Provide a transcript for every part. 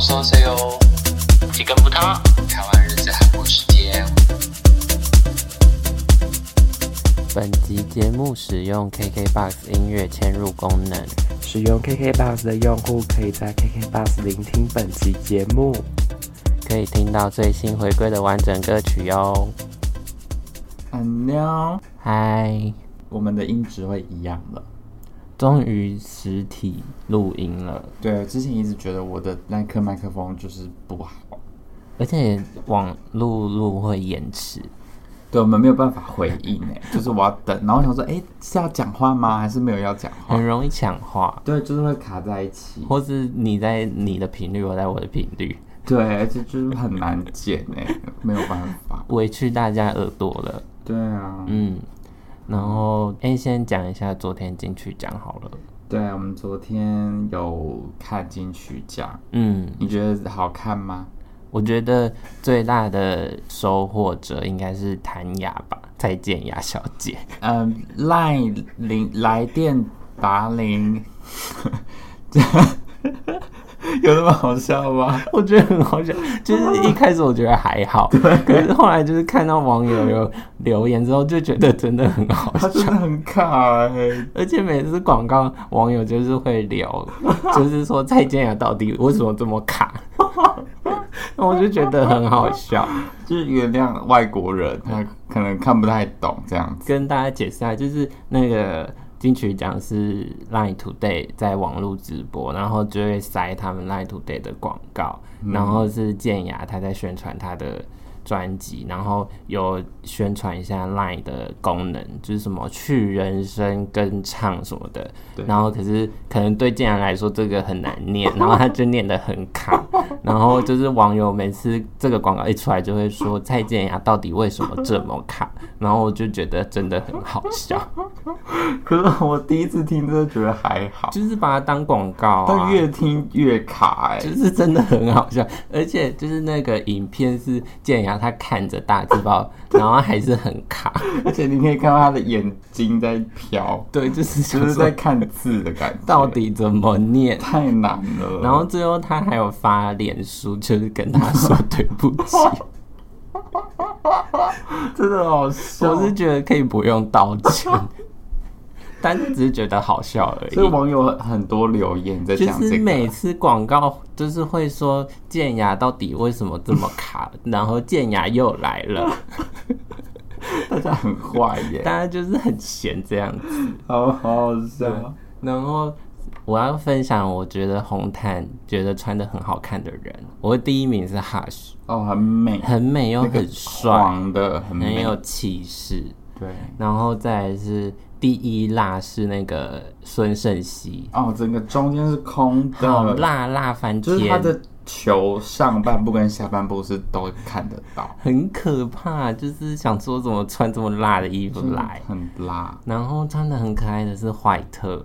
说 C 哦，几根不烫。台湾日子韩国时间。本集节目使用 KKBOX 音乐嵌入功能。使用 KKBox 的用户可以在 KKBox 聆听本期节目。可以听到最新回归的完整歌曲哦哟。安妞，嗨，我们的音质会一样了。终于实体录音了，对，我之前一直觉得我的那颗麦克风就是不好，而且网路录会延迟。对我们没有办法回应哎， 就是我要等，然后我想说，哎、是要讲话吗？还是没有要讲话？很容易抢话，对，就是会卡在一起。或是你在你的频率，我在我的频率，对，这就是很难剪哎，没有办法。委屈大家耳朵了。对啊，嗯，然后哎，先讲一下昨天金曲奖好了。对，啊我们昨天有看金曲奖，嗯，你觉得好看吗？我觉得最大的收获者应该是谭雅吧，蔡健雅小姐。 嗯，赖零来电达零， 有那么好笑吗？我觉得很好笑，就是一开始我觉得还好，可是后来就是看到网友有留言之后，就觉得真的很好他 笑，真的很卡哎、而且每次广告网友就是会聊，就是说蔡健雅到底为什么这么卡， 那我就觉得很好笑。就是原谅外国人，他可能看不太懂这样子。跟大家解释一下，就是那个金曲奖是 Line Today 在网络直播，然后就会塞他们 Line Today 的广告，然后是健雅他在宣传他的专辑，然后有宣传一下 Line 的功能，就是什么去人声跟唱什么的对。然后可是可能对健雅来说这个很难念，然后他就念得很卡。然后就是网友每次这个广告一出来，就会说蔡健雅到底为什么这么卡？然后我就觉得真的很好笑， 可是我第一次听，真的觉得还好，就是把它当广告啊但，越听越卡哎、就是真的很好笑。而且就是那个影片是健雅她看着大字报， 然后还是很卡，而且你可以看到他的眼睛在飘，对，就是就想是说在看字的感觉，到底怎么念。太难了。然后最后他还有发脸书，就是跟他说对不 起。哦真的好笑，我是觉得可以不用道歉， 但是只是觉得好笑而已。所以网友很多留言在就讲是这每个，次广告就是会说健雅到底为什么这么卡，然后健雅又来了， 大家很坏耶大，家就是很闲这样子。好好笑。然后我要分享，我觉得红毯觉得穿的很好看的人，我的第一名是 Hush，哦，很美，很美又那个很帅，黄的很很美，有气势。对，然后再来是第一辣是那个孙盛熙，哦，整个中间是空好的，辣辣翻天，就是它的球上半部跟下半部是都看得到，很可怕，就是想说怎么穿这么辣的衣服来。很辣，然后穿的很可爱的是怀特，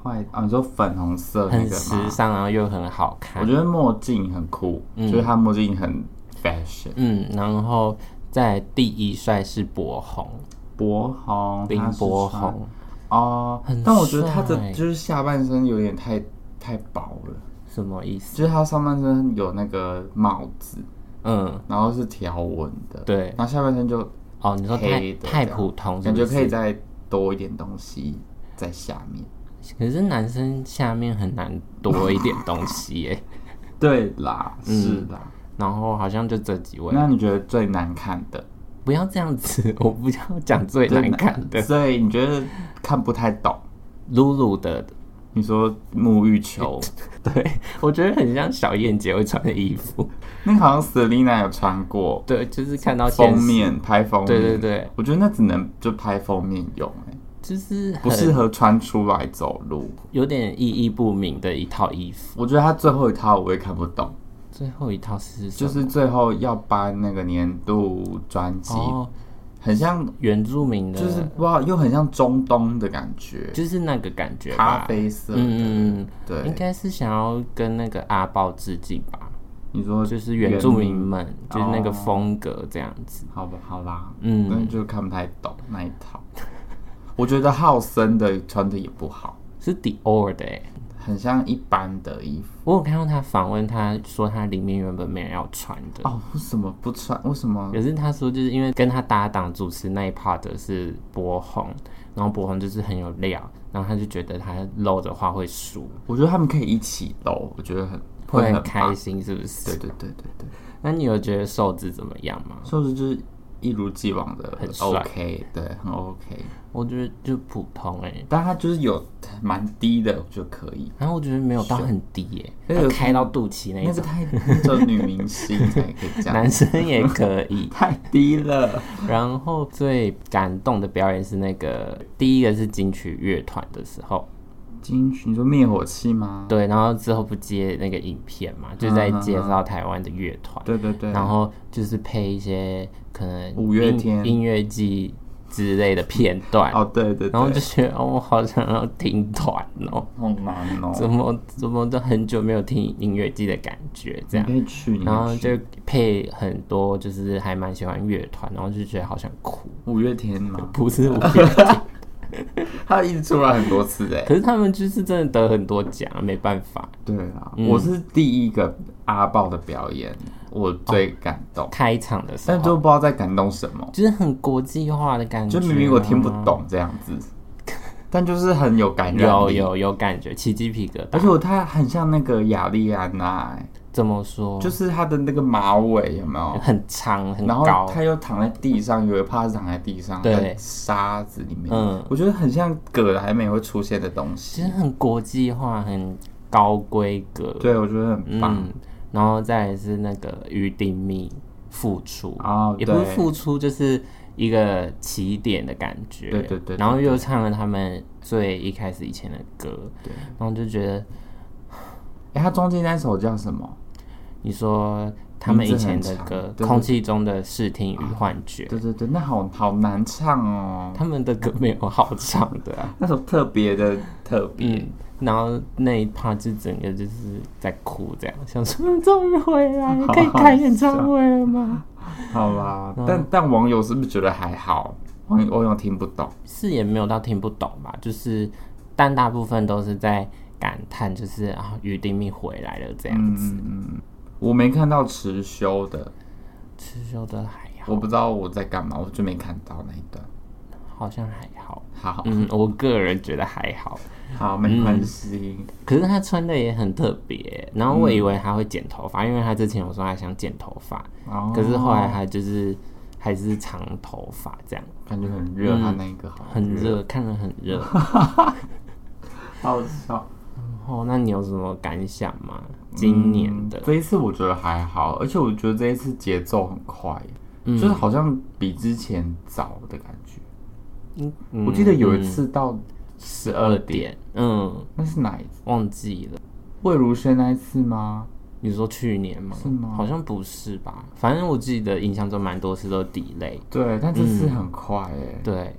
坏啊！你说粉红色那很个时吗？尚，然后又很好看我觉。得墨镜很酷，就是它墨镜很 fashion。嗯，然后在第一帅是博红，博红，林它是博穿红，哦很，但我觉得他帅的就是下半身有点太太薄了，什么意思？就是他上半身有那个帽子，嗯，然后是条纹的，对。然后下半身就哦，你说太黑的太这样普通是感不觉是，可以再多一点东西在下面。可是男生下面很难多一点东西耶。 对啦，是啦。然后好像就这几位，嗯那你觉得最难看的？不要这样子，我不要讲最难看 的。所以你觉得看不太懂？露露的，你说沐浴 球，对我觉得很像小燕姐会穿的衣服。那个好像 Selina 有穿过对，就是看到现实封，面拍封面，对对对，我觉得那只能就拍封面用、欸，就是不很适合穿出来走路。有点意义不明的一套衣服。我觉得他最后一套我也看不懂，最后一套是什就么是最后要颁那个年度专辑，哦，很像，原住民的，就是不知道又很像中东的感觉，就是那个感觉咖吧。啡色的。啊嗯，嗯嗯应对，该是想要跟那个阿豹致敬吧，你说就是原住民们，就是那个哦风格这样子。好吧，好啦，嗯但就看不太懂那 一套。我觉得浩森的穿的也不好，是 Dior 的、欸，很像一般的衣服。我有看到他访问，他说他里面原本没人要穿的，哦，为什么不穿？为什么可是他说，就是因为跟他搭档主持那一 part 的是博宏，然后博宏就是很有料，然后他就觉得他露的话会输，我觉得他们可以一起露，我觉得很会很很开棒。心，是不对是？对对对对，那你有觉得瘦子怎么样吗？是不是就是一如既往的很帅 OK？对，很 OK。我觉得就普通哎、但他就是有蛮低的，我觉得可以。然后我觉得没有到很低耶、那要个开到肚脐那一那个种，太只有女明星才可以这样，。男生也可以 太低了。然后最感动的表演是那个第一个是金曲乐团的时候，金曲，你说灭火器吗？对，然后之后不接那个影片嘛，就在嗯嗯嗯介绍台湾的乐团。对对对，然后就是配一些可能五月音天音乐季之类的片段，哦对对对，然后就觉得哦，我好想要听团哦，好难哦，怎么怎么都很久没有听音乐季的感觉这你样可，以去，你可以然后去就配很多就是还蛮喜欢乐团，然后就觉得好想哭，五月天嘛，不是 五月天，他一直出来很多次哎。可是他们就是真的得很多奖，没办法。对啊，嗯我是第一个阿豹的表演，我最感动，开场的时但就候不知道在感动什么，就是很国际化的感觉就啊，明明我听不懂这样子，但就是很有感染有力。啊有有感觉，起鸡皮疙而且瘩。我他很像那个雅丽安娜、哎怎么说？就是她的那个马尾有没有？很长哦很然后高，她又躺在地上，有一趴是躺在地上，对在沙子里面。嗯我觉得很像葛莱美会出现的东其实。西很国际化，很高规格。，对，我觉得很棒。嗯，然后再来是那个于丁密付出哦也不是对付出，就是一个起点的感觉。对对对对然后又唱了他们最一开始以前的歌，对，然后就觉得哎、她中间那首叫什么？你说他们以前的名字很长歌，对对空气中的视听与幻觉。对对对，那好好难唱哦。他们的歌没有好唱的啊，那首特别的特别，嗯，然后那一趴就整个就是在哭，这样想说终于回 来了，啊可以开演唱会了吗？好吧。嗯但但网友是不是觉得还好？网友网友听不懂，是也没有到听不懂吧，就是但大部分都是在感叹，就是啊，于丁密回来了这样子。嗯我没看到持修的，吃修的还好，我不知道我在干嘛，我就没看到那一段。好像还好。好，嗯，我个人觉得还好，好，没关系。可是他穿的也很特别，然后我以为他会剪头发，因为他之前有说他想剪头发，嗯哦可是后来他就是还是长头发这样，感觉很热，他那一个好很，热，看着很 热。好笑。哦，那你有什么感想吗？今年的，嗯这一次我觉得还好，而且我觉得这一次节奏很快，就是好像比之前早的感觉。嗯我记得有一次到十二二点，点，嗯，那是哪一次？忘记了。魏如萱那一次吗？你说去年吗？是吗好像不是吧？反正我记得印象中蛮多次都 delay。对，但这次很快哎、对，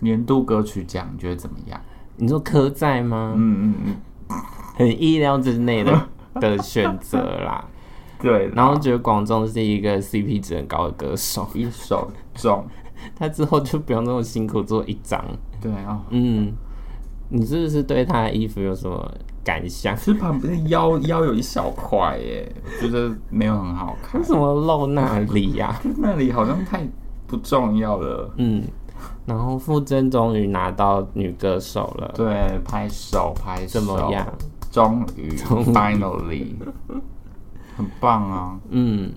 年度歌曲奖你觉得怎么样？你说科在吗？ 嗯嗯嗯，很意料之内 的的选择啦。对。然然后后觉得广仲是一个 CP 值很高的歌手， 一首中， 他之后就不用那么辛苦做一张。对啊、哦，嗯，你是不是对他的衣服有什么感想？ 其实旁边腰腰有一小块耶，我觉得没有很好看为，什么露那里呀、那里好像太不重要了。嗯，然后傅征终于拿到女歌手了，对，拍手拍手，怎么样？？终于，finally，很棒啊！嗯，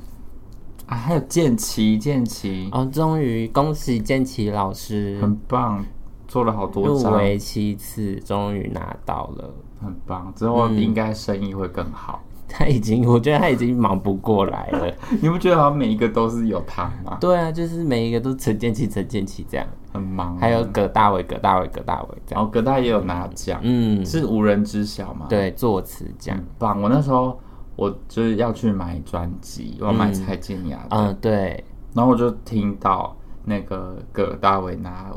啊，还有剑奇，剑奇、哦，终于恭喜建奇老师很棒，做了好多入张，围七次，终于拿到了。 很棒。之后应该生意会更好。他已经，我觉得他已经忙不过来了。 你不觉得好像每一个都是有他吗？对啊，就是每一个都陈建奇、陈建奇这样，很忙啊，还有葛大为、葛大为、葛大为这然样。后葛大也有拿奖，嗯，哦是无人知晓吗？，对，作词这样很。棒。我那时候我就是要去买专辑，我要买蔡健雅的，嗯，对，然后我就听到那个葛大为拿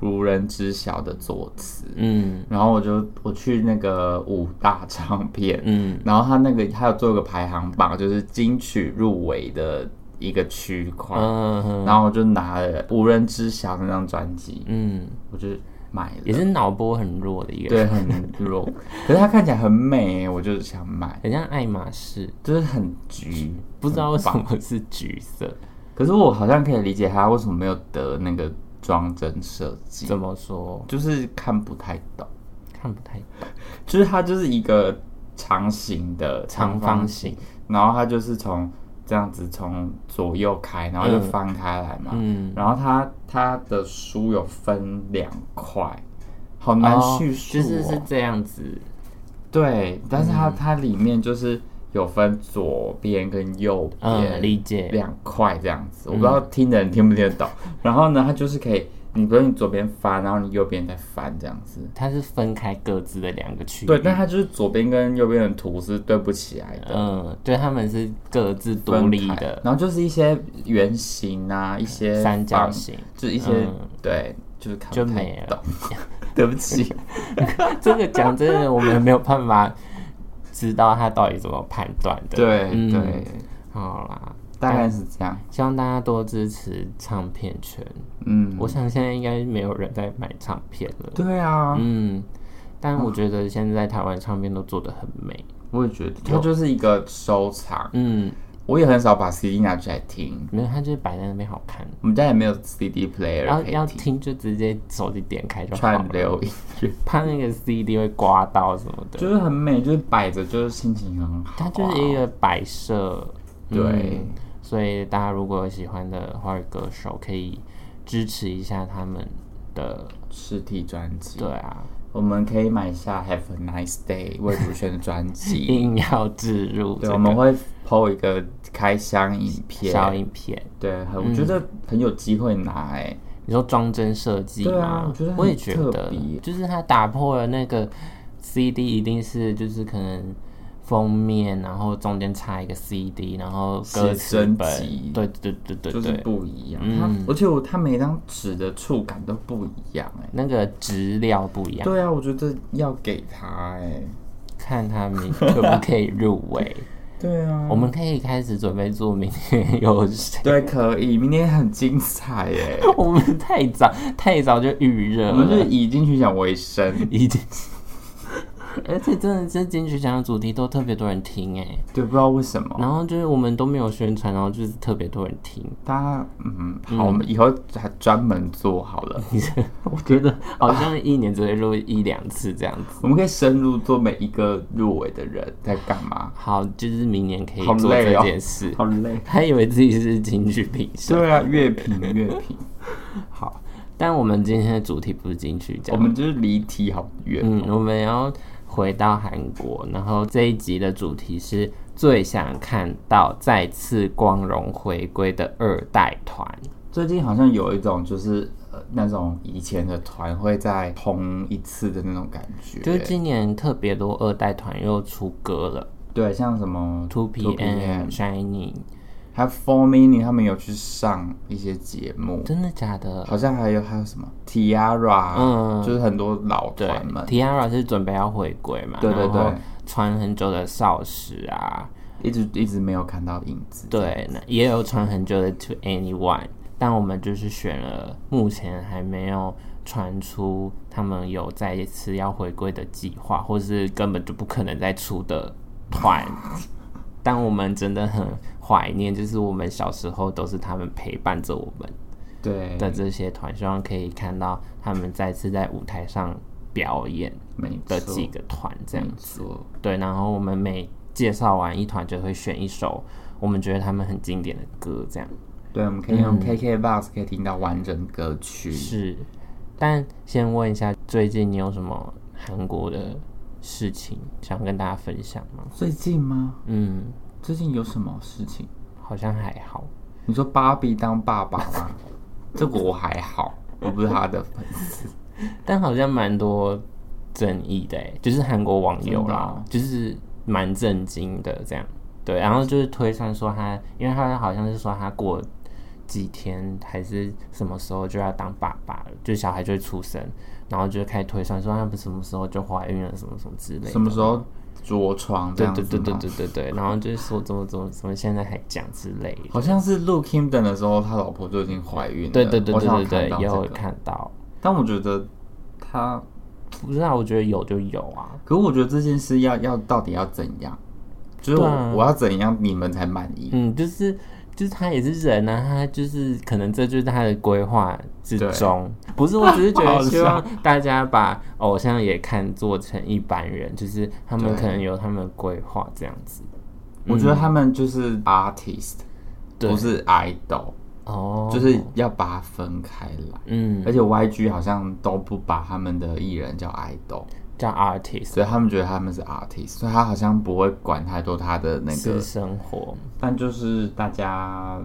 无人知晓的作词，嗯然后我就我去那个五大唱片，嗯然后他那个他有做一个排行榜，就是金曲入围的一个区块，嗯然后我就拿了无人知晓那张专辑，嗯，我就买了，也是脑波很弱的一个对人，很弱，可是它看起来很美耶，我就是想买，很像爱马仕，就是很橘，不知道为很什棒。么是橘色，可是我好像可以理解它为什么没有得那个装帧设计，怎么说就是看不太懂，看不太懂就是它就是一个长形的长方形，然后它就是从这样子从左右开，然后就翻开来嘛。嗯，然后它它的书有分两块，好难哦叙述、就哦是是嗯这样子，对，但是它、它里面就是有分左边跟右边、嗯，理解，两块这样嗯子，我不知道听的人听不听得懂。然后呢，它就是可以，你比如你左边翻，然后你右边再翻这样子。它是分开各自的两个区域，对，但它就是左边跟右边的图是对不起来的。嗯，对，他们是各自独分立开的嗯然后就是一些圆形啊，一些三角方，形，就是一些、嗯对，就是看不就太没了 懂。 对不起，这个讲真的，我们没有办法知道他到底怎么判断的。对、嗯对，好啦，大概是这样。希望大家多支持唱片圈。嗯，我想现在应该没有人在买唱片 了。对啊，嗯，但我觉得现在台湾唱片都做得很美。我也觉得它就是一个收藏。嗯，我也很少把 CD 拿起来听，没有，它就是摆在那边好看。我们家也没有 CD player 然后可以要听就直接手机点开就好串了，流音乐，怕那个 CD 会刮到什么的。就是很美，就是摆着就是心情很好啊。它就是一个摆设。对嗯所以大家如果有喜欢的华语歌手，可以支持一下他们的。实体专辑对，啊，我们可以买下 Have a Nice Day 魏如萱的专辑。 硬要置入嗯这对，我个们会 PO 一个开箱影片，小影嗯片。对，很我觉得很有机会拿哎、你说装帧设计对吗？啊我觉得很也觉特得别，就是它打破了那个 CD 一定是就是可能封面，然后中间插一个 CD，然后歌写词真集本，对对对对就对是对，不一样。嗯它，而且我它每张纸的触感都不一样哎、那个质料不一样，对啊，我觉得要给它哎、看他们可不可以入 围。对啊，。我们可以开始准备做明天有谁对可以，明天很精彩哎、 我们太早太早就预热我们是了，以金曲奖为生，已经。 而且真的是金曲奖的主题都特别多人听哎、对，不知道为什么然后就是我们都没有宣传，然后就是特别多人听，大家嗯，好，我们以后还专门做好了， 我觉得好像一年只会录一两次这样子。我们可以深入做每一个入围的人在干嘛，好，就是明年可以好做累这哦件事。好累。还以为自己是金曲评审，对啊，乐评乐 评，好，但我们今天的主题不是金曲奖，我们就是离题好远。嗯，我们要回到韩国，然后这一集的主题是最想看到再次光荣回归的二代团。最近好像有一种就是、呃、那种以前的团会再红一次的那种感觉，就是今年特别多二代团又出歌了对，像什么，Two PM、 2PM Shining，还有 Four Mini 他们有去上一些节目，真的假的？好像还有还有什么 Tiara，嗯就是很多老对团们， ，Tiara 是准备要回归嘛？对对对，传很久的少时啊，一直一直没有看到影子。对，那也有传很久的 To Anyone，但我们就是选了目前还没有传出他们有再一次要回归的计划，或是根本就不可能再出的 团。但我们真的很怀念，就是我们小时候都是他们陪伴着我们对，的这些团，希望可以看到他们再次在舞台上表演没的错几个团这样没错，对，然后我们每介绍完一团就会选一首我们觉得他们很经典的歌，这样对，我们可以用 KKBox 可以听到完整歌曲。嗯是。但先问一下，最近你有什么韩国的事情想跟大家分享吗？最近吗？嗯，最近有什么事情？好像还好。你说芭比当爸爸 吗？这个我还好，我不是他的粉 丝。但好像蛮多争议的、欸，就是韩国网友啦，哦就是蛮震惊的这样。对，然后就是推算说他，因为他好像是说他过几天还是什么时候就要当爸爸了，就小孩就会出生，然后就开始推算说他们什么时候就怀孕了，什么什么之类的。什么时候着床对这样子对吗对对对对对，然后就是说怎么怎么怎么现在还讲之类的。好像是录 Kingdom 的时候，他老婆就已经怀孕了。对对对我对想对要看对，到也有这个看到。但我觉得他，不知道，我觉得有就有啊。可我觉得这件事要要到底要怎样，就是我,、对啊我要怎样你们才满意？嗯，就是就是他也是人啊，他就是可能这就是他的规划之中。不是，我只是觉好得笑希望大家把偶像也看做成一般人，就是他们对可能有他们的规划这样子。我觉得他们就是 artist，嗯对不是 idol，哦，就是要把它分开来。嗯，而且 YG 好像都不把他们的艺人叫 idol，叫 artist 所以他们觉得他们是 artist，所以他好像不会管太多他的那私个，生活。但就是大家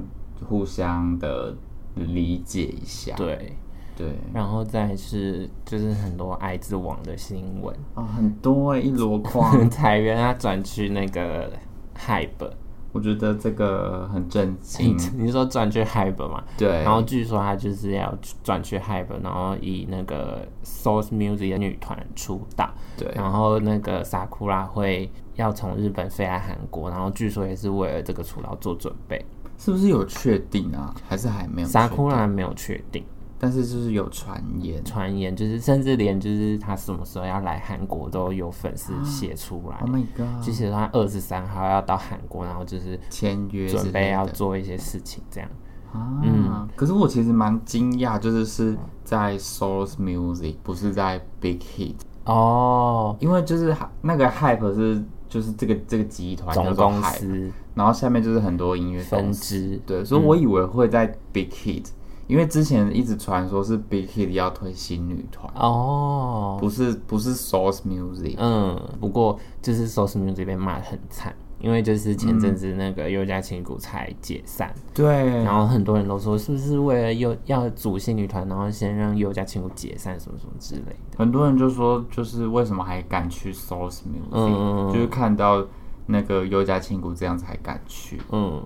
互相的理解一下。对，对，然后再是就是很多爱之网的新闻， 啊、很多哎、一箩筐。裁员他转去那个 Hype，我觉得这个很震你惊。你说转去 Hype 嘛？对，然后据说他就是要去转去 Hype，然后以那个 Source Music 的女团出道，对然后那个 Sakura 会要从日本飞来韩国，然后据说也是为了这个出道做准备。是不是有确定啊？还是还没有确定？ Sakura 没有确定，但是就是有传言，传言就是甚至连就是他什么时候要来韩国都有粉丝写出来 Oh my god！就写他二十三号要到韩国，然后就是签约之类的准备要做一嗯些事情这样。啊、可是我其实蛮惊讶，就是是在 Source Music，不是在 Big Hit，哦，因为就是那个 Hype 是就是这个这个集团总叫做公 Hype，司然后下面就是很多音乐分公司，支，嗯对，所以我以为会在 Big Hit，、因为之前一直传说是 Big Hit 要推新女团，哦，不是不是 Source Music，、嗯，不过就是 Source Music 被骂得很惨，因为就是前阵子那个优家琴谷才解散，对然后很多人都说是不是为了优要组新女团，然后先让优家琴谷解散什么什么之类的。很多人就说，就是为什么还敢去 Source Music？、嗯就是看到那个优家庆谷这样才敢去。嗯，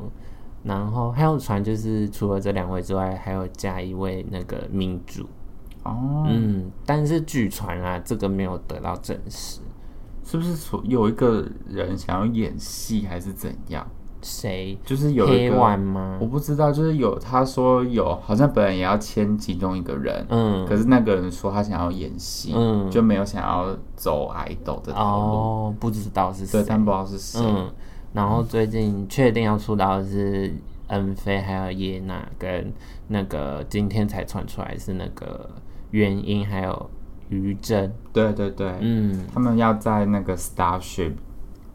然后还有传就是除了这两位之外，还有加一位那个明主，哦，嗯，但是据传啊，这个没有得到证实。是不是所有一个人想要演戏还是怎样？谁？就是有一黑个丸吗我？不知道，就是有他说有，好像本人也要签其中一个人，嗯，可是那个人说他想要演戏，嗯就没有想要走 idol 这条路。哦，不知道是对，谁。但不知道是谁。嗯，然后最近确定要出道的是恩菲，还有耶娜，跟那个今天才传出来是那个元英，还有于真。对对对，嗯，他们要在那个 Starship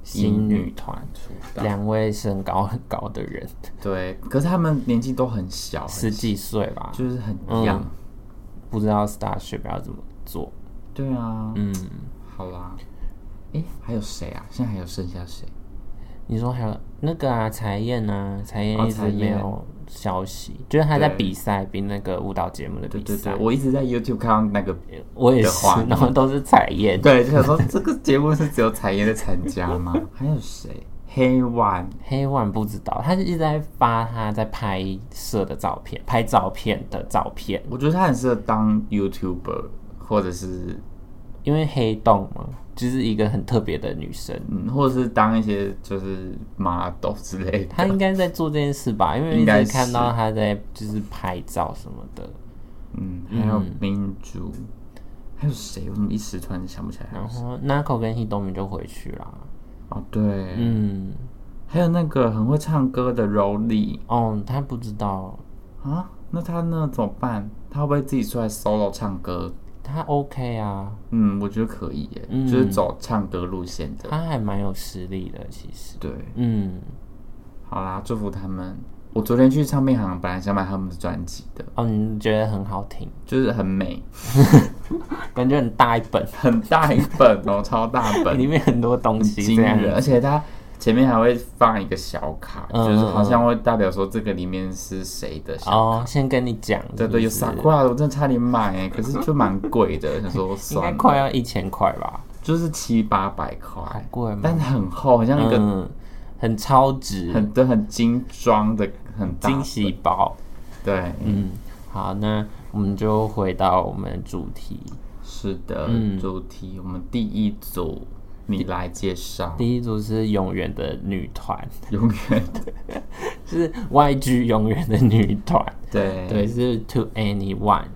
新女女团，出道。两位身高很高的人，对，可是他们年纪都很小，十几岁吧，就是很 young、嗯不知道 Starship 要怎么做。对啊，嗯，好啦，诶，还有谁啊？现在还有剩下谁？你说还有那个啊，柴燕啊，柴哦燕一直柴燕没有消息，就是她在对比赛，比那个舞蹈节目的对比对赛对，。我一直在 YouTube 看到那个，我也的是画面，然后都是彩燕，对，就想说这个节目是只有彩叶在参加 吗？还有谁？黑丸黑万不知道，他就一直在发他在拍摄的照片，拍照片的照片，我觉得他很适合当 YouTuber，或者是因为黑洞嘛，就是一个很特别的女生，嗯，或者是当一些就是 model 之类的。她应该在做这件事 吧，因为一应该直是看到她在就是拍照什么的，嗯，还有明珠，还有谁？我怎么一时突然想不起来？然后 Nako 跟 Hitomi 就回去啦，哦，对，嗯，还有那个很会唱歌的柔里哦，他不知道，啊，那他那怎么办？他会不会自己出来 solo 唱歌？他 OK 啊，嗯，我觉得可以耶，嗯就是走唱歌路线的。他还蛮有实力的，其实，对，嗯，好啦，祝福他们。我昨天去唱片行，本来想买他们的专辑的，哦，你觉得很好听，就是很美， 感觉很大一本， 很大一本哦，超大本，里面很多东西，惊这样人。而且它前面还会放一个小卡，嗯就是好像会代表说这个里面是谁的小。哦，先跟你讲，对对，有是不是傻瓜，我真的差点买哎，可是就蛮贵的，想说应该算了，快要一千块吧，就是七八百好块，贵吗？但很厚，很像一个嗯，很超值，很对很精装的很大惊喜包。对，嗯，好，那我们就回到我们主题。是的嗯。主题我们第一组，你来介绍。第一组是永远的女团， 永远的就是 YG 永远的女团，对对，是 To Anyone，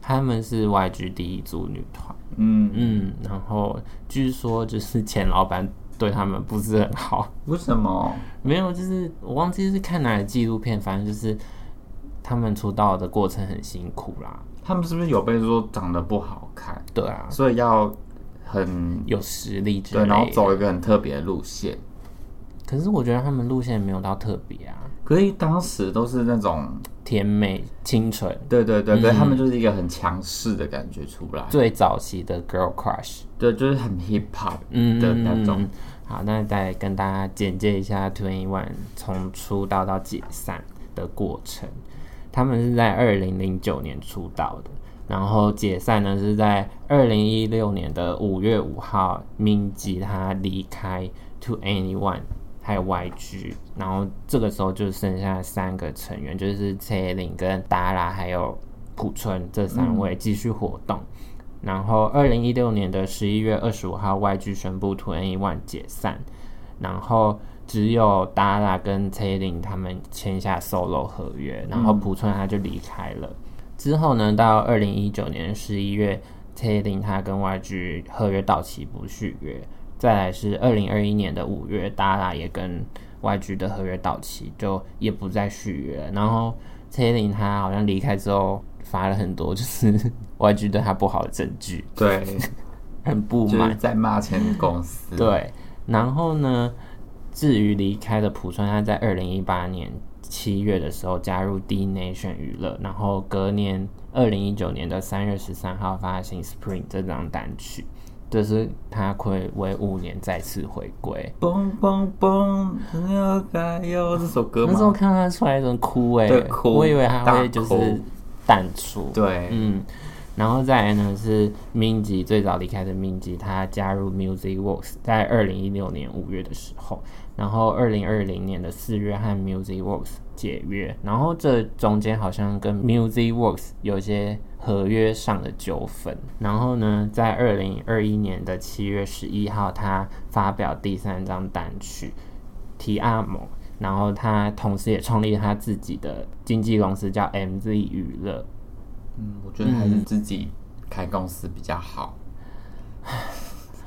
他们是 YG 第一组女团。嗯，嗯，然后据说就是前老板对他们不是很好，为什么？没有，就是我忘记是看哪里纪录片，反正就是他们出道的过程很辛苦啦。他们是不是有被说长得不好看，对啊，所以要很有实力之对，类然后的走一个很特别的路线？可是我觉得他们路线没有到特别啊，可是当时都是那种，甜美清纯，对对嗯对，可是他们就是一个很强势的感觉出来，最早期的 girl crush 对，就是很 hip hop 嗯的那种。。好，那再跟大家简介一下 Twenty One 从出道到解散的过程。他们是在二零零九年出道的，然后解散呢是在二零一六年的五月五号，明吉他离开 To Anyone。还有 YG，然后这个时候就剩下三个成员，就是车林跟达拉还有朴春这三位继续活动。然后，二零一六年的十一月二十五号，YG 宣布 t w e n One 解散，然后只有 Dara 跟 Taylin 他们签下 solo 合约，然后朴春他就离开了。之后呢，到二零一九年十一月，Taylin 他跟 YG 合约到期不续约，再来是二零二一年的五月，Dara 也跟 YG 的合约到期，就也不再续约了。然后 Taylin 他好像离开之后发了很多就是 YG 对他不好的证据，对，很不就满是。在骂前公司。，对，然后呢，至于离开的朴春，他在二零一八年七月的时候加入 D Nation 娱乐，然后隔年二零一九年的三月十三号发行 Spring 这张单曲，这是他暌违五年再次回归。嘣嘣嘣，朋友加油！这首歌那时候吗？看他出来，真的哭哎、对哭我以为他大会就哭是淡出，对，嗯，然后再来呢是 Minji 最早离开的 Minji，他加入 Music Works 在二零一六年五月的时候，然后二零二零年的四月和 Music Works 解约，然后这中间好像跟 Music Works 有一些合约上的纠纷，然后呢，在二零二一年的七月十一号，他发表第三张单曲《提阿蒙》。然后他同时也创立他自己的经纪公司，叫 MZ 娱乐。嗯，我觉得还是自己开公司比较好。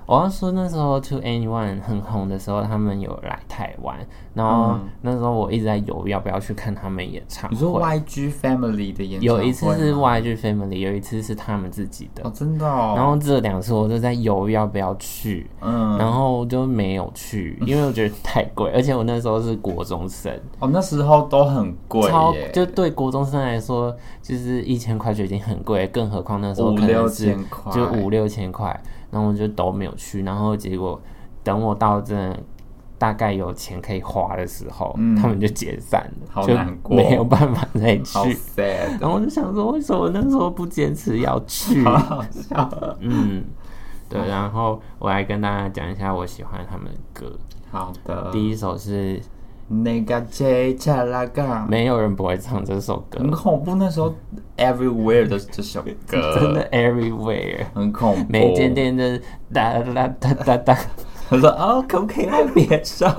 我要说那时候 To Anyone 很红的时候，他们有来台湾，然后那时候我一直在犹豫要不要去看他们演唱嗯你说会。 YG Family 的演唱会有一次是吗 YG Family，有一次是他们自己的，哦，真的哦。然后这两次我都在犹豫要不要去，嗯，然后就没有去，因为我觉得太贵，而且我那时候是国中生，哦，那时候都很贵超耶，就对国中生来说，就是一千块就已经很贵，更何况那时候五可六能是千块，就五六千块，然后我就都没有去，然后结果等我到真的大概有钱可以花的时候，嗯他们就解散了，好就难过没有办法再去好。sad，然后我就想说，为什么那时候不坚持要去？ 好好笑。嗯，对。然后我来跟大家讲一下我喜欢他们的歌，嗯好的，第一首是那个 J 恰拉嘎，没有人不会唱这首歌，很恐怖。那时候 Everywhere 的这首歌， 真的 everywhere。很恐怖。每间店的哒哒哒哒哒，他说：“哦，可不可以让别笑？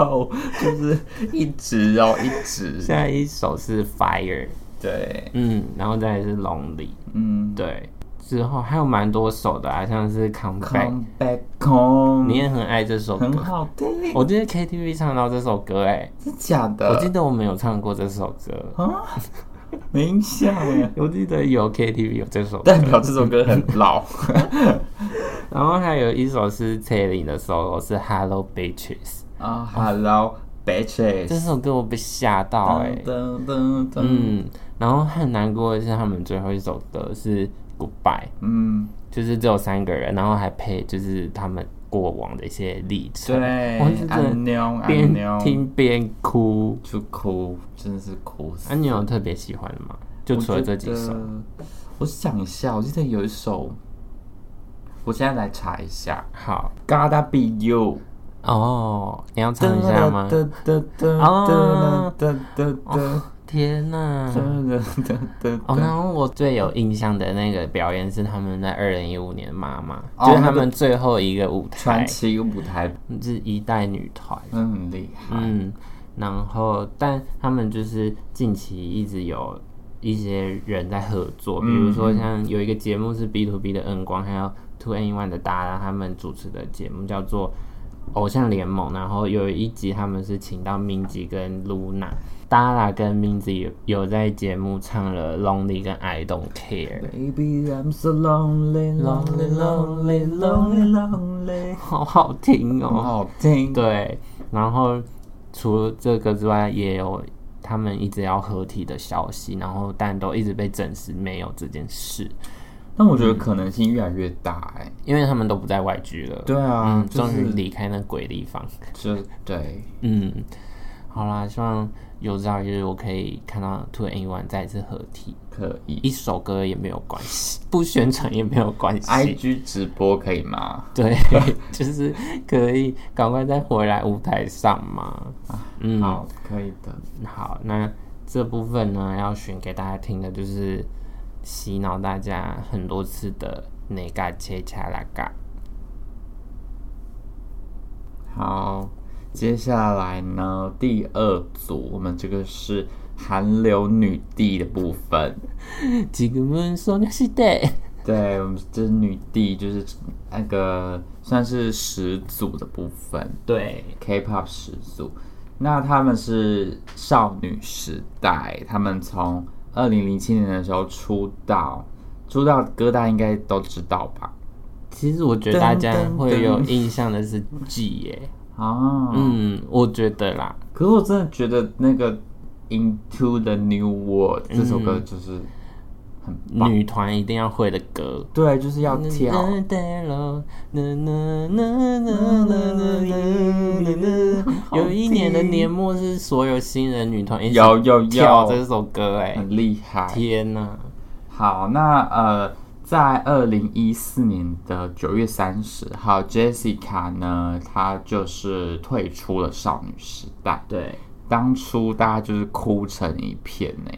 就是一直哦，一直。下一首是啊 Fire，” 对，嗯，然后再来是 Lonely，嗯对，之后还有蛮多首的啊，像是 Come Back， ，Come back home，你也很爱这首很歌。好听，我记得 KTV 唱到这首歌、欸，是假的。我记得我们有唱过这首歌，。啊，没印象耶我记得有 KTV 有这首歌代，表这首歌很老， 然后还有一首是 Taylor 的 solo 是 Hello Bitches，啊、h e l l o 这 bitches。首歌我被吓到哎、欸噔噔噔，嗯，然后很难过的是他们最后一首歌是 Goodbye，嗯，就是只有三个人，然后还配就是他们过往的一些历程，对我是，安真的妞安边妞听边哭。就哭，真的是哭死啊，。你有特别喜欢的吗？就除了这几首，，我想一下，我记得有一首，我现在来查一下好，Gotta Be You，哦，你要唱一下吗？噔噔噔哦噔噔噔噔天哪！噔噔噔噔哦，噔，然后我最有印象的那个表演是他们在二零一五年的妈妈，哦就是他们最后一个舞台传，奇舞台，是一代女团，嗯，很厉害。嗯，然后但他们就是近期一直有一些人在合作，比如说像有一个节目是 B to B 的恩光，还有 Two N One 的搭档他们主持的节目叫做《偶像联盟》，然后有一集他们是请到 Minzy 跟 Luna。Dara 跟 Minzy 有有在节目唱了《Lonely》跟《I Don't Care》， Baby, I'm so lonely, lonely, lonely, lonely, lonely，好好听很哦。好听。对，然后除了这个之外，也有他们一直要合体的消息，然后但都一直被证实没有这件事，但我觉得可能性越来越大哎、因为他们都不在外居了。对啊嗯，，就终于是离开那鬼地方。就对，嗯，好啦，希望有朝一日我可以看到 Two and One 再次合体，可以。一首歌也没有关系，不宣传也没有关系。 I G 直播可以吗？ 对，就是可以赶快再回来舞台上嘛。嗯，好，可以的。好，那这部分呢，要选给大家听的就是洗脑大家很多次的那嘎切恰拉嘎。好，接下来呢，第二组，我们这个是韩流女帝的部分。 지금은소녀시대 对，我们这是女帝，就是那个算是始祖的部分对， ，K-pop 始祖。那他们是少女时代，他们从二零零七年的时候出道，出道歌大家应该都知道吧？ 其实我觉得大家噔噔会有噔印象的是 G 耶、啊，嗯，我觉得啦，可是我真的觉得那个《Into the New World》这嗯首歌就是很棒，女团一定要会的歌。啊对，就是要跳。嗯有一年的年末是所有新人女团一起有嗯有有嗯跳这首歌，哎，很厉害。天啊哪！好，那呃，在二零一四年的九月三十号，Jessica 呢，她就是退出了少女时代。对，当初大家就是哭成一片呢、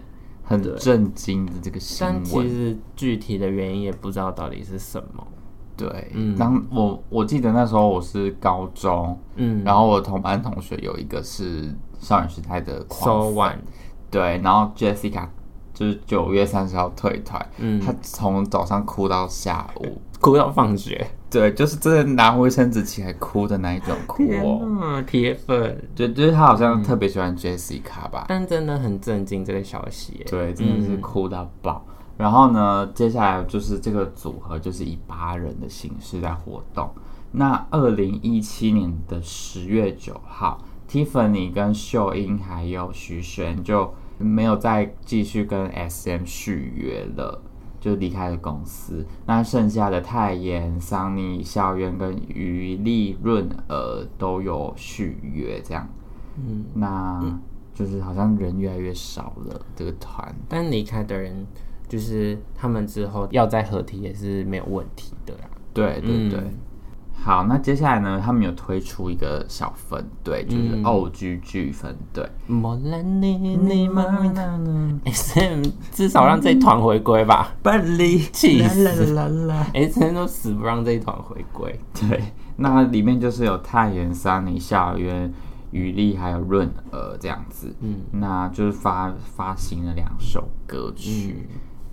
很震惊的这个新但其闻。实具体的原因也不知道到底是什么。对，嗯当我我记得那时候我是高中，嗯，然后我同班同学有一个是少女时代的狂 so 粉 one，对，然后 Jessica 就是九月三十号退团，嗯她从早上哭到下午，哭到放学，对，就是真的拿卫生纸起来哭的那一种哭哦。嗯哇，铁粉！对，就是她好像特别喜欢 Jessica 吧，但真的很震惊这个消息，哎对，真的是哭到爆。然后呢，接下来就是这个组合就是以八人的形式在活动。那二零一七年的十月九号，Tiffany 跟秀英还有徐玄就没有再继续跟 SM 续约了，就离开了公司。那剩下的泰妍、桑尼、校园跟于丽润儿都有续约，这样。嗯，那就是好像人越来越少了，这个团。但离开的人，就是他们之后要再合体也是没有问题的啦。对对嗯对。好，那接下来呢？他们有推出一个小分队，就是 O G G 分队。莫兰尼尼玛 S M 至少让这一团回归吧班里气死啦啦！ ，S M 都死不让这一团回归。 对，那里面就是有泰妍、桑尼、夏渊、雨丽还有润儿这样子。嗯，那就是发发行了两首歌曲。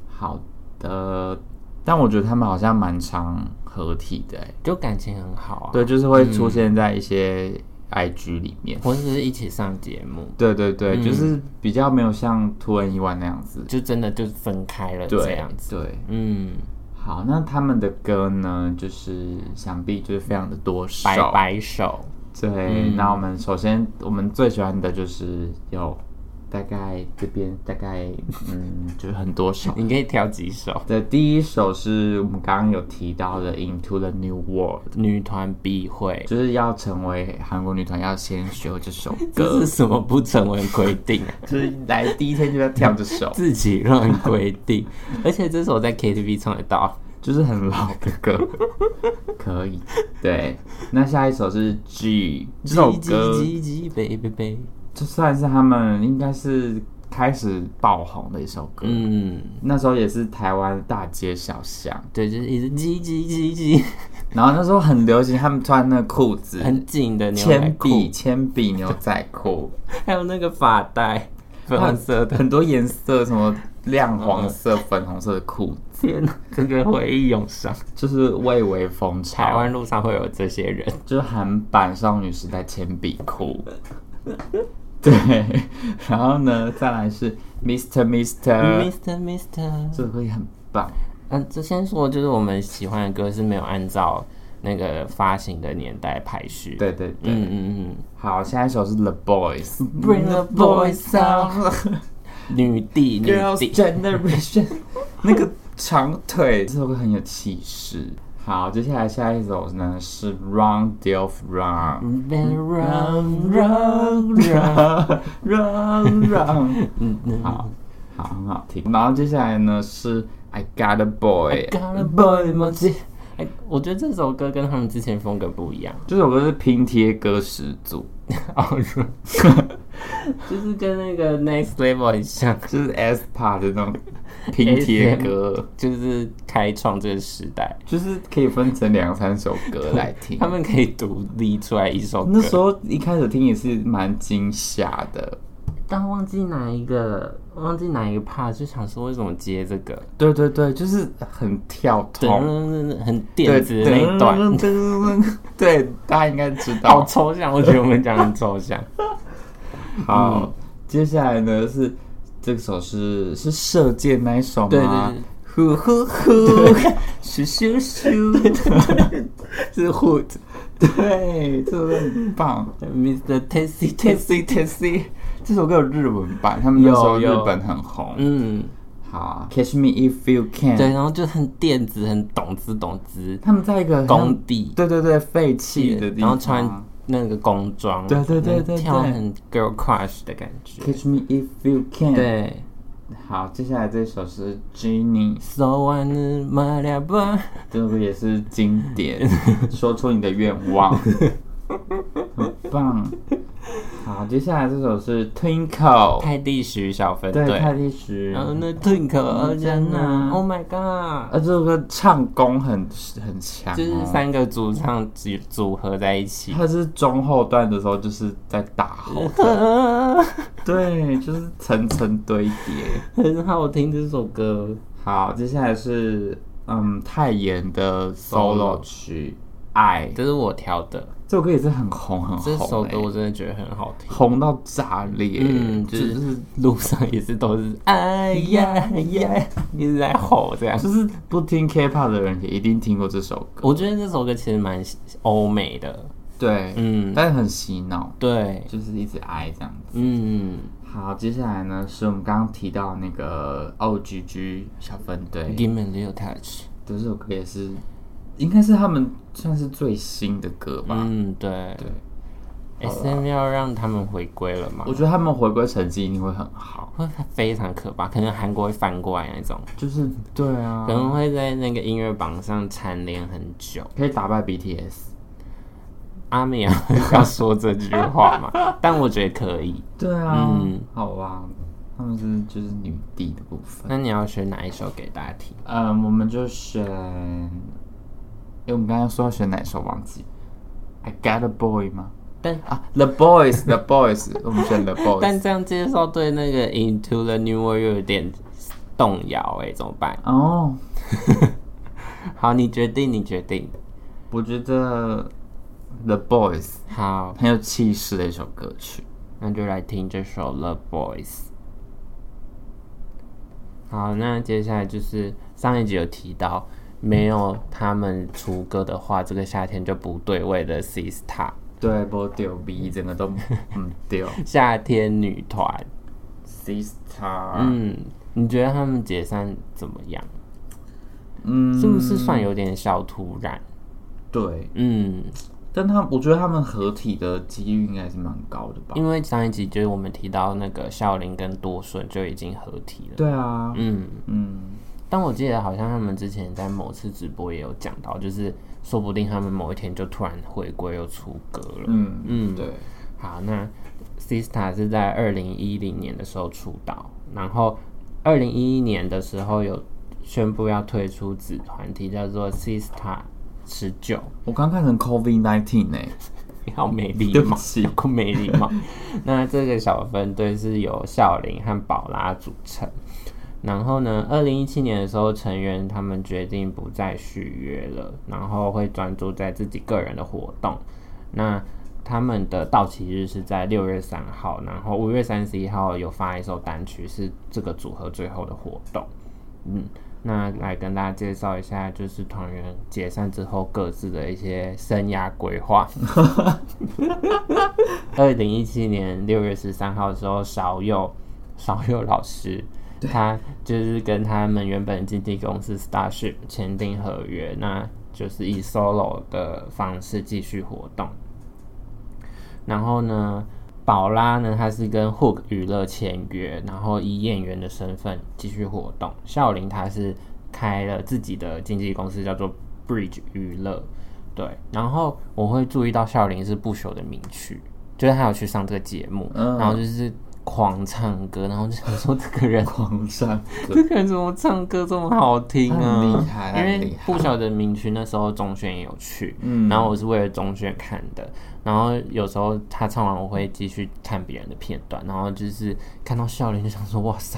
好的，但我觉得他们好像蛮常合体的、欸，就感情很好啊，对，就是会出现在一些 IG 里面。或者是一起上节目，对对对，就是比较没有像突然意外那样子，就真的就分开了对这样子。对，嗯，好，那他们的歌呢，就是想必就是非常的多首。摆摆手，对，嗯那我们首先我们最喜欢的就是有大概这边大概嗯， 就是很多首。你可以挑几首。的第一首是我们刚刚有提到的《Into the New World》，女团必会，就是要成为韩国女团要先学这首 这歌是，什么不成文规定啊？ 就是 来第一天就要跳这首，自己乱规定，而且这首在 K T V 唱得到。就是很老的 歌，可以。对，那下一首是 G 这首歌，叽叽叽叽贝贝贝，就算是他们应该是开始爆红的一首歌，嗯，那时候也是台湾大街小巷，对，就是一直叽叽叽然后那时候很流行他们穿那个裤子叽，，很紧的牛仔铅笔裤，铅笔牛仔裤，还有那个发带，粉红色的， 很多颜色，什么亮黄色、粉红色的裤子。天哪，这个回忆涌上，就是蔚为风潮。台湾路上会有这些人。就是韩版少女时代铅笔 裤。对，然后呢，再来是 Mr. Mr. Mr. Mr. 这个也很棒。嗯，这先说就是我们喜欢的歌是没有按照那个发行的年代排序。，对对对，嗯嗯好，下一首是 The Boys。嗯，Bring the boys out，女 帝女 Girls 帝， Generation，那 个长腿，这首歌很有气势。好，接下来下一首呢是 Round d e l f Round。 Run run Run run， Run Run Run，嗯嗯 好，好，很好听。然后接下来呢是 I Got a Boy。 ，Got a boy 吗？这，哎，我觉得这首歌跟他们之前风格不一样， 这首歌是拼贴歌始祖， 哦，是就是跟那个 Next Level 很像，就是 S Part 的那种拼贴歌，就是开创这个时代，就是可以分成两三首歌来听他。们可以独立出来一首歌。那时候一开始听也是蛮惊吓的，但忘记哪一个，忘记哪一个 part，就想说为什么接这个，对对对，就是很跳痛，噔很对电子的那一段，对对，大家应该知嗯好道。抽象， 我觉得我们讲很抽 象。好，接下来呢是这首是是射箭那一首对吗对？呼呼呼， 咻咻咻，是 hood，对，这首歌很棒。对，Mr. Tessie Tessie， Tessie Tessie，这首歌有日文版，他们那时候日有有本很红。嗯，好啊，Catch Me If You Can，对，然后就很电子，很懂之懂之，他们在一个工地对对对，废弃的地然方，后穿那个工装，对对对对嗯跳对很 girl crush 的感觉。 Catch Me If You Can。，对好，接下来这首是 Genie， ，So I n my l o 这首歌也是经 典，说出你的愿 望，很棒。好，接下来这首是 Twinkle，泰迪徐小分对，队，泰迪石。然后那 Twinkle 真啊，Oh my god！啊，这首歌唱功很很强、哦，就是三个主唱组组合在一 起。，他是中后段的时候就是在大 吼对，就是层层堆叠。很好听这首歌，好，接下来是嗯泰妍的 solo 曲《爱》，这是我挑的。这首歌也是很红很红、这欸，首歌我真的觉得很好听。红到炸裂，欸嗯，就就是是路上也是都是哎 呀呀，一直在吼这样。就是不听 K-pop 的人也一定听过这首歌，我觉得这首歌其实蛮欧美的，对，嗯，但是很洗脑，对，就是一直爱这样子。嗯，好，接下来呢是我们刚刚提到那个 O G G 小分队， Give me a little touch，这首歌也是，应该是他们算是最新的歌吧。嗯，对对， ，S M 要让他们回归了嘛我，觉得他们回归成绩一定会很好。会非常可怕，可能韩国会翻过来那种。就是对啊可，能会在那个音乐榜上蝉联很久。可以打败 BTS。阿美 要要说这句话嘛？但我觉得可以。对啊，嗯好吧，他们是就是女帝的部分。那你要选哪一首给大家听？嗯，我们就选，哎，我们刚刚说要选哪首忘记？I Got a Boy 吗？但啊，The Boys，The Boys，我 们选 The 但 Boys。这样介绍对那个 Into the New World 又有点动摇哎、怎么 办？哦，好，你决定，你决定。我觉得 The Boys 好，很有气势的一首歌曲。那就来听这首《Love Boys》。好，那接下来就是上一集有提到，没有他们出歌的话，这个夏天就不对味的 Sista 对，不丢逼，整个都嗯丢。夏天女团。 Sister，嗯嗯，你觉得他们解散怎么样？嗯，是不是算有点小突然？对，嗯，但他我觉得他们合体的几率应该是蛮高的吧？因为上一集就是我们提到那个孝琳跟多顺就已经合体了。对啊，嗯，嗯，但我记得好像他们之前在某次直播也有讲到，就是说不定他们某一天就突然回归又出歌了。嗯嗯嗯，对，好，那 Sista 是在二零一零年的时候出道，然后二零一一年的时候有宣布要推出子团体，叫做 Sista 十九。我刚看成 COVID nineteen 呢、你好没礼对不貌，起有够没礼貌。那这个小分队是由笑琳和宝拉组成，然后呢，二零一七年的时候，成员他们决定不再续约了，然后会专注在自己个人的活动。那他们的到期日是在六月三号，然后五月三十一号有发一首单曲，是这个组合最后的活动。嗯，那来跟大家介绍一下，就是团员解散之后各自的一些生涯规划。二零一七年六月十三号的时候，少佑少佑老师，他就是跟他们原本经纪公司 Starship 签订合约，那就是以 solo 的方式继续活动。然后呢，宝拉呢，她是跟 Hook 娱乐签约，然后以演员的身份继续活动。孝琳她是开了自己的经纪公司，叫做 Bridge 娱乐。对，然后我会注意到孝琳是不朽的名曲，就是她有去上这个节目，嗯然后就是狂唱歌，然后就想说这个人狂战歌 这个人怎么唱歌这么好听啊？很厉害因很厉为害不晓得名区那时候中选也有去，嗯然后我是为了中选看的，然后有时候他唱完我会继续看别人的片段，然后就是看到笑脸就想说哇塞，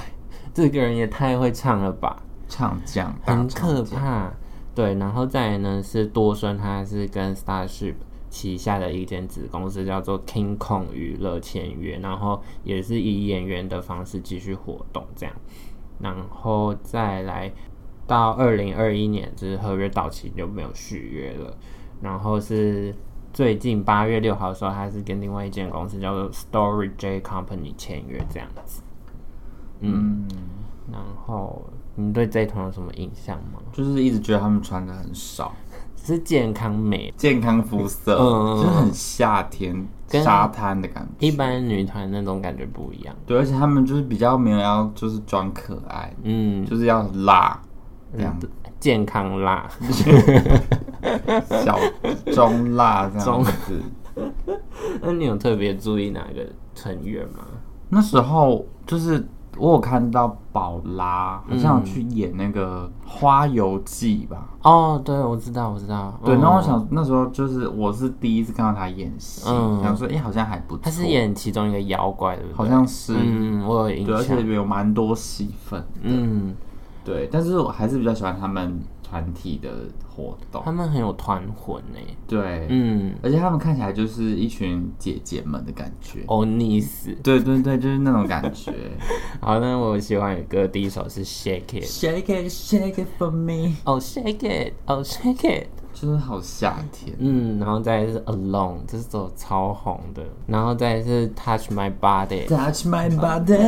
这个人也太会唱了吧，唱将，大很唱可将，怕。对，然后再来呢是多生，他是跟 Starship 旗下的一间子公司叫做 King Kong 娱乐签约，然后也是以演员的方式继续活动这样，然后再来到二零二一年，就是合约到期就没有续约了，然后是。最近八月六号的时候，他是跟另外一间公司叫做 Story J Company 签约这样子。嗯，然后，你对这一团有什么印象吗？就是一直觉得他们穿的很少，是健康美。健康肤色，嗯就是很夏天跟沙滩的感觉。一般女团那种感觉不一样，对，而且他们就是比较没有要就是装可爱，嗯，就是要辣这样子，健康辣， 小中辣这样中子。那你有特别注意哪个成员吗？那时候就是我有看到宝拉好像有去演那个《花游记》吧。哦，对，我知道，我知道，对，嗯那我，想那时候就是我是第一次看到她演戏，嗯想说哎、诶好像还不错，他是演其中一个妖怪，对不对？好像是、嗯，我有印对，而且象，有蛮多戏份，嗯，对，但是我还是比较喜欢他们团体的活动他，们很有团魂诶，对，嗯，而且他们看起来就是一群姐姐们的感觉。欧尼斯。对对对，就是那种感觉。好，那我喜欢的歌第一首是 Shake It， shake it, shake it for me，哦、Shake It，哦、Shake It。 就是好夏天。嗯，然后再来是 Alone，这首超红的，然后再来是 Touch My Body， Touch my body，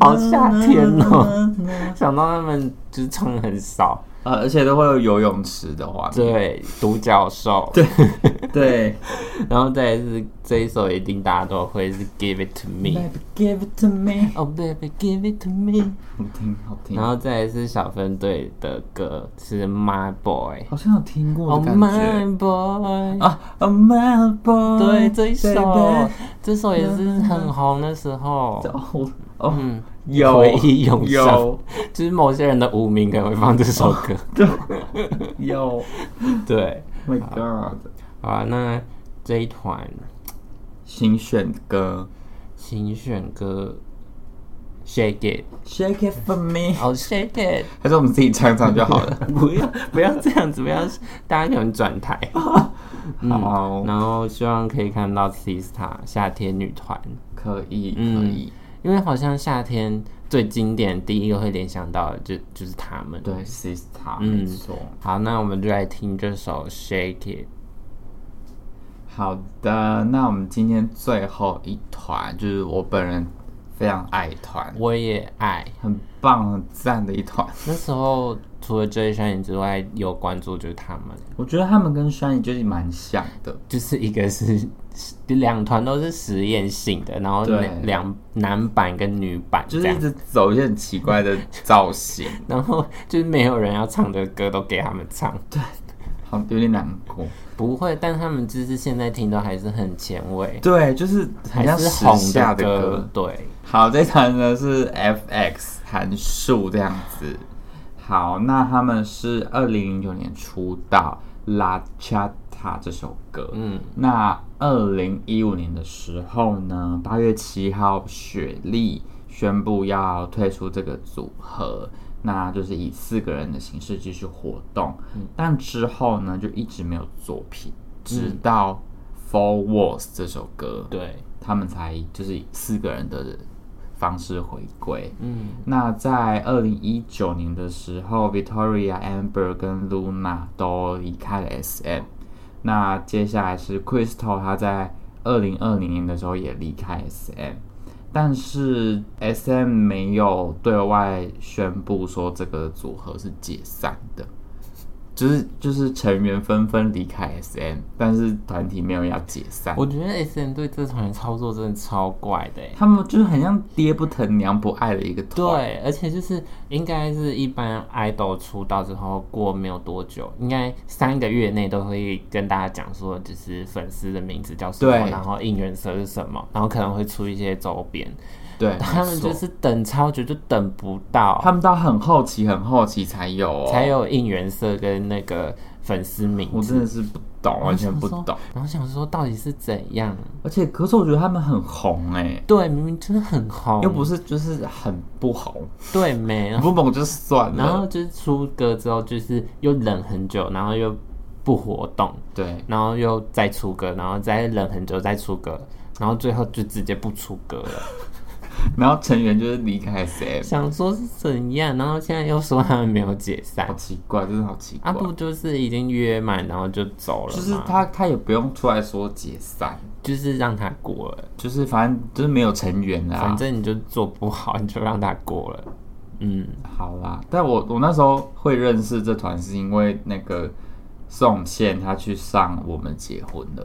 好夏天哦！嗯想到他们就是唱得很少， 呃，而且都会有游泳池的话，对，独角兽，对对。 然后再来是这一首一定大家都会是 Give It To Me， Baby, give it to me，哦、Baby Give It To Me，好听好听然，后再来是小分队的歌是 My Boy，好像有听过哦、的 oh, 感觉 My Boy，、啊。Oh my boy，对，这一首 baby 这首也是很红的时候，哦哦，嗯，有回忆涌上有就是某些人的无名可能会放这首歌，有 对， ，My God，好啊，那这一团新选歌请选歌 Shake It。 Shake it for me，哦、s h a k e 还是我们自己唱唱就好了。 it，不要不要这样子，不要，大家可能转台。哦嗯好，然后希望可以看到 Sista 夏天女团，可以可嗯以，因为好像夏天最经典第一个会联想到的就就是他们。对，Sister，嗯没错。好，那我们就来听这首 Shake It。好的，那我们今天最后一团就是我本人非常爱团，我也爱。很棒很赞的一团。那时候除了追山影之外，有关注就是他们，我觉得他们跟山野就是蛮像的，就是一个是两团都是实验性的，然后对两两男版跟女版就这是样一。直走一些很奇怪的造型， 然后 就是没有人要唱的歌都给他们唱，好有点难过。不会，但他们就是现在听都还是很前卫，对，就是还很像是时红下的歌，歌。对，好，这团呢是 FX 函数这样子。好，那他们是二零零九年出道《La Chata》这首歌。嗯，那二零一五年的时候呢，八月七号，雪莉宣布要退出这个组合，那就是以四个人的形式继续活动。但之后呢，就一直没有作品，直到《Four Walls》这首歌，对，他们才就是以四个人的方式回归。嗯，那在二零一九年的时候，Victoria、Amber 跟 Luna 都离开了 SM。那接下来是 Crystal，她在二零二零年的时候也离开 SM，但是 SM 没有对外宣布说这个组合是解散的，就是就是成员纷纷离开 SM，但是团体没有要解散。我觉得 S M 对这团的操作真的超怪 的欸、他们就是很像爹不疼娘不爱的一个团，对，而且就是应该是一般 idol 出道之后过没有多久，应该三个月内都会跟大家讲说，就是粉丝的名字叫什么，对然后应援色是什么，然后可能会出一些周边。对，他没们错就是等超久就等不到，他们到很后期、很后期才有、哦，才。有应援色跟那个粉丝名我字，真的是不懂，完全不然后想懂说。。然后想说到底是怎样？而且，可是我觉得他们很红哎、对，明明就是很红，又不是就是很不红，对没？然后不红就算然后了。就是出歌之后，就是又冷很久，然后又不活动，对，然后又再出歌，然后再冷很久再出歌，然后最后就直接不出歌 了。然后成员就是离开 SM，想说是怎样，然后现在又说他们没有解好散，奇怪，真的好奇怪。啊不就是已经约满，然后就走了吗？就是他他也不用出来说解散，就是让他过了，就是反正就是没有成员啊啦。反正你就做不好，你就让他过了。嗯，好啦，但我我那时候会认识这团是因为那个宋茜她去上《我们结婚了》。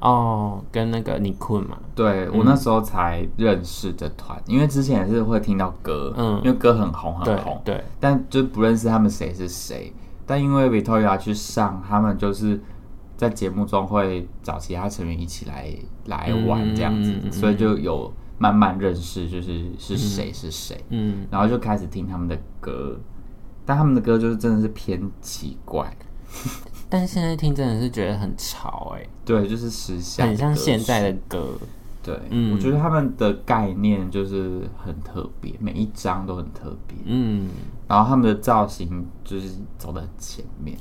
哦，跟那个你困嘛，对嗯我那时候才认识的团，因为之前也是会听到歌，嗯因为歌很红对很红，对，但就不认识他们谁是谁。但因为 Victoria 去上，他们就是在节目中会找其他成员一起来来玩这样子，嗯嗯嗯所以就有慢慢认识，就是是谁是谁，嗯，然后就开始听他们的歌，但他们的歌就是真的是偏奇怪，但现在听真的是觉得很潮哎、对，就是时下的很像歌现手在的歌，对，嗯我觉得他们的概念就是很特别，每一张都很特别，嗯，然后他们的造型就是走得很前面，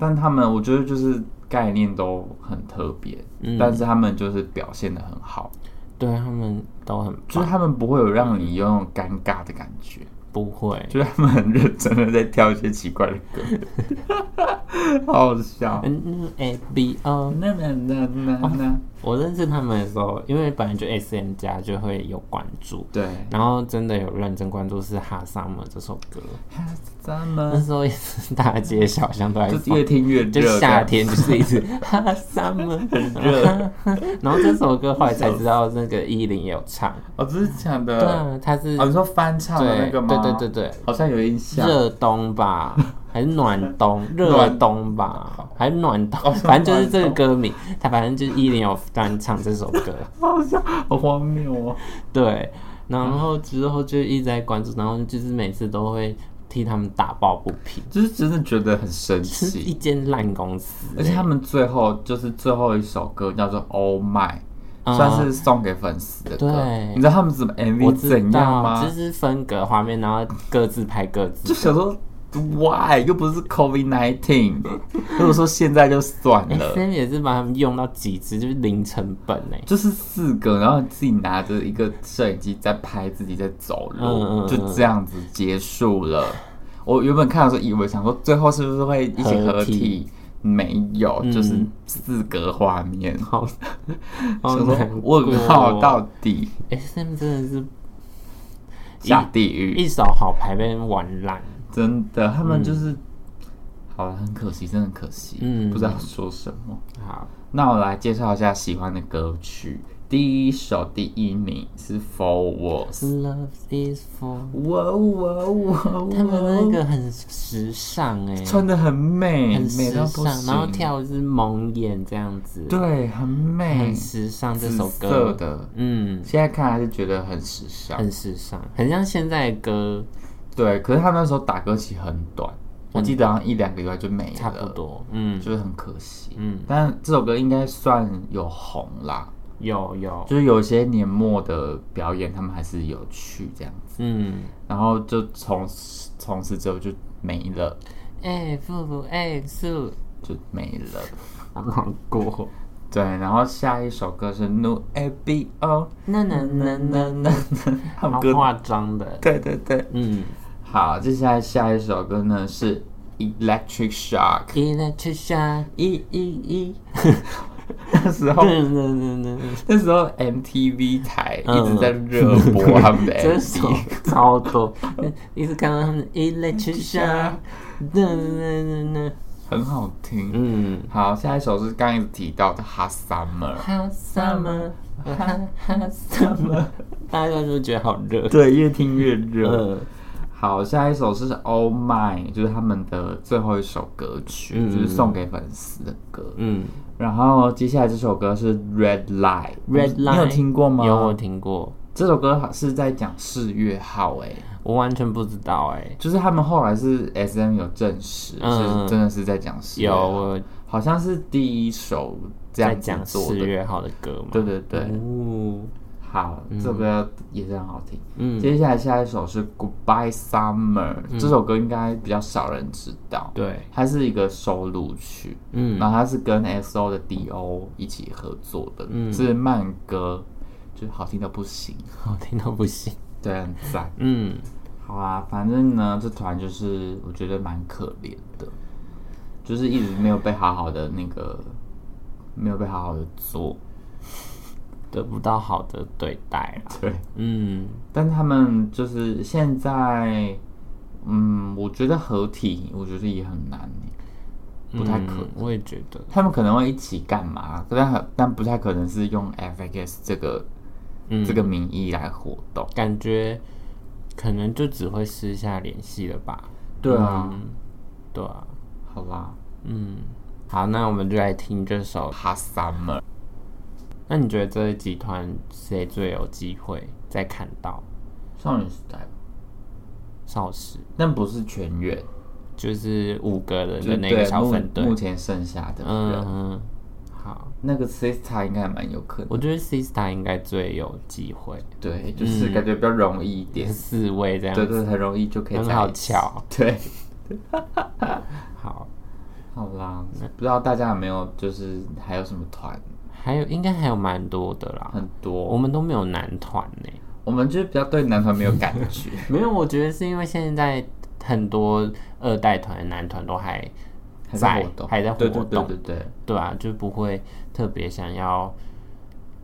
但他们我觉得就是概念都很特别，嗯但是他们就是表现得很好，对他们都很就是他们不会有让你有那种尴尬的感觉，不会，就是他们很认真的在跳一些奇怪的歌， 好好笑。嗯哦嗯，A B O，那那那那那，我认识他们的时候，因为本来就 S M 家就会有关注，对，然后真的有认真关注是《哈萨姆》这首歌，咱那们时候也是大街小巷都在就是放越。听越热，就夏天就是一直哈萨 姆很热， 然后这首歌后来才知道那个依林也有唱，哦，真的假的？对啊，他是哦，你说翻唱的那个吗？对对对对对，好像有印象。热冬 吧，还是暖冬？热暖哦冬吧，还是暖冬？是 反正就是这个暖歌名，他反正就是依林有翻唱这首 歌，好像好荒谬哦。对。然后之后就一直在关注，然后就是每次都会替他们打抱不平，就是真的觉得很生是一 气，间烂公司欸、而且他们最后就是最后一首歌叫做《Oh My》，嗯算是送给粉丝的歌。对你知道他们怎么欸我 MV 知怎样道，吗就？是分隔画面，然后各自拍各自就。想说 Why 又不是 COVID nineteen，如果说现在就算 S 了， M 也是把他们用到极致，就是零成本哎、就是四个，然后自己拿着一个摄影机在拍自己在走路，嗯嗯嗯就这样子结束了。我原本看的时候以为想说最后是不是会一起合合体体，没有，嗯就是四格画面。好，好 想说难过哦问号到底 S M 真的是下地一狱？手好牌被人玩烂，真的，他们就是、好了，很可惜，真的很可惜，嗯不知道说什么。好，那我来介绍一下喜欢的歌曲。第一首第一名是 For Walls， Love is for 哇哇哇！他们那个很时尚哎、穿的很美，很美时到不尚，行，然后跳的是蒙眼这样子，，对，很美很，时尚这紫首色歌，的。嗯，现在看还是觉得很时尚，很时尚，很像现在的歌对。可是他们那时候打歌期很短，我记得好像一两个礼拜就没了，啊差不多，嗯就是很可惜。嗯但这首歌应该算有红啦，有有，就是有一些年末的表演，他们还是有去这样子，嗯，然后就从从此之后就没了，哎、富富哎素，就没了。难过，对，然后下一首歌是 New A B O，那那那那那， 他们好歌，化妆的，对对对。 嗯好，接下来下一首歌呢是 Electric Shock， ，Electric Shock，一一一，那 时候那那那那，那时候 MTV 台一直在嗯热播他 们的这首 MV，超多， 一直看到他们的 Electric Shock，那那那那，很好听。嗯好，下一首是刚刚一直提到的《Hot Summer》。 ，Hot Summer，Hot Summer，大 家是不是觉得好热？对，越听越热。嗯好，下一首是《Oh My》，就是他们的最后一首歌曲，嗯就是送给粉丝的歌。嗯然后接下来这首歌是《Red Light》 ，Red 你 Line 你有听过吗？有，我。听过，这首歌是在讲四月号、欸，哎，我完全不知道哎、就是他们后来是 S M 有证实，嗯是真的是在讲四月有号，我好像是第一首这在样讲子做四的。月号的歌嘛，对对对，哦，好，这首歌也是很好听。嗯，接下来下一首是《Goodbye Summer》，这首歌应该比较少人知道，对，它是一个收录曲，嗯然后它是跟 XO 的 DO 一起合作的，嗯是慢歌，就是好听到不行，好听到不行，对，很赞。嗯，好啊，反正呢，这团就是我觉得蛮可怜的，就是一直没有被好好的那个，没有被好好的做，得不到好的对待啦，对。嗯但他们就是现在，嗯，我觉得合体，我觉得也很难耶，不太可能。嗯我也觉得，他们可能会一起干嘛？但但不太可能是用 FX 这个、嗯，这个名义来活动。感觉可能就只会私下联系了吧，对啊嗯，对啊，好吧嗯，好，那我们就来听这首， ，Hot Summer，那你觉得这集团谁最有机会再看到少女时代吧，少时？但不是全员，就是五个人就的那个对小目分队，目前剩下的人，嗯，好，那个 Sista 应该还蛮有可能。我觉得 Sista 应该最有机会，对，就是感觉比较容易一点，四位这样对子，对，很容易就可以很在好一起巧。对。好，好啦，嗯不知道大家有没有就是还有什么团还有应该还有蛮多的啦，很我多，们都没有男团呢、我们就是比较对男团没有感 觉，没有，我觉得是因为现在很多二代团、男团都还还在活动，还在活对动对对对对，对啊，就不会特别想要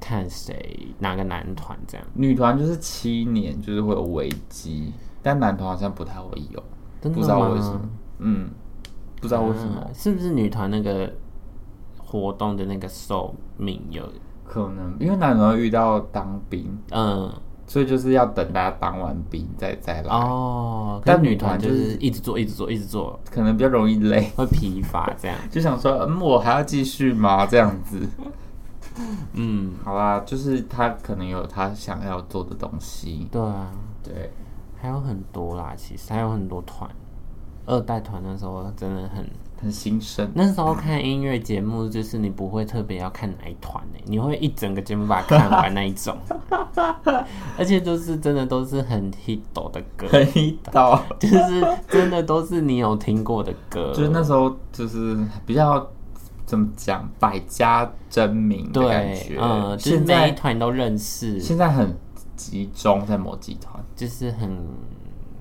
看谁哪个男团这样，女团就是七年就是会有危机，但男团好像不太会有，真的不知道吗为什么，嗯，不知道为什么，嗯是不是女团那个活动的那个寿命有？可能因为男团会遇到当兵，嗯，所以就是要等大家当完兵再再来，哦，但但女女团团就就是是一直做，一直做，一直做，可能比较容易累， 会疲乏这样。就想说，嗯，我还要继续吗？这样 子。嗯，好啦，就是他可能有他想要做的东西，对啊，对，还有很多啦，其实还有很多团。二代团那时候真的很，很新生。那时候看音乐节目，就是你不会特别要看哪一团呢、你会一整个节目把它看完那一 种，而且都是真的都是很 hit 的歌，很一 刀，就是真的都是你有听过的歌，就是那时候就是比较怎么讲，百家争鸣的感对觉。，嗯，就是现每一在团都认识，现在很集中在某集团，就是很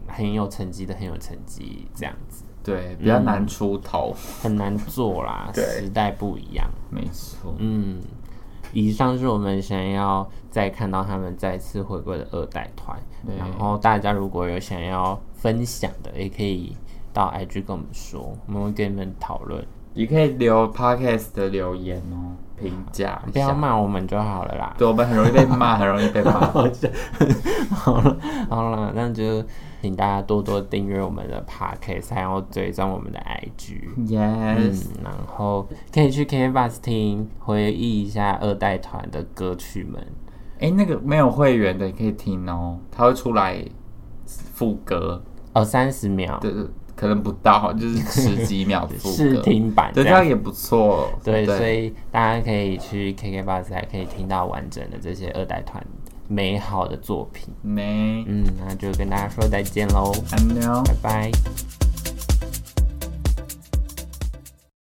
很有成绩的，很有成绩这样子，对，嗯比较难出头，很难做啦，对时代不一样。没错。嗯，以上是我们想要再看到他们再次回归的二代团，对然后大家如果有想要分享的，也可以到 IG 跟我们说，我们会跟你们讨论，也可以留 podcast 的留言哦，评价一不要下。骂我们就好了 啦。对，我们很容易被骂，很容易 被骂。好了，好了，那就请大家多多订阅我们的 podcast，还有追踪我们的 IG。嗯 Yes，，然后可以去 K Bus 听，回忆一下二代团的歌曲们。哎、那个没有会员的也可以听哦，他会出来副歌。哦，三十秒，对对，可能不到，就是十几秒 副试歌，听版对，这这样样。也不错。对，所以大家可以去 KK Bus，还可以听到完整的这些二代团美好的作品。嗯没嗯，那就跟大家说再见喽，安妞。拜拜。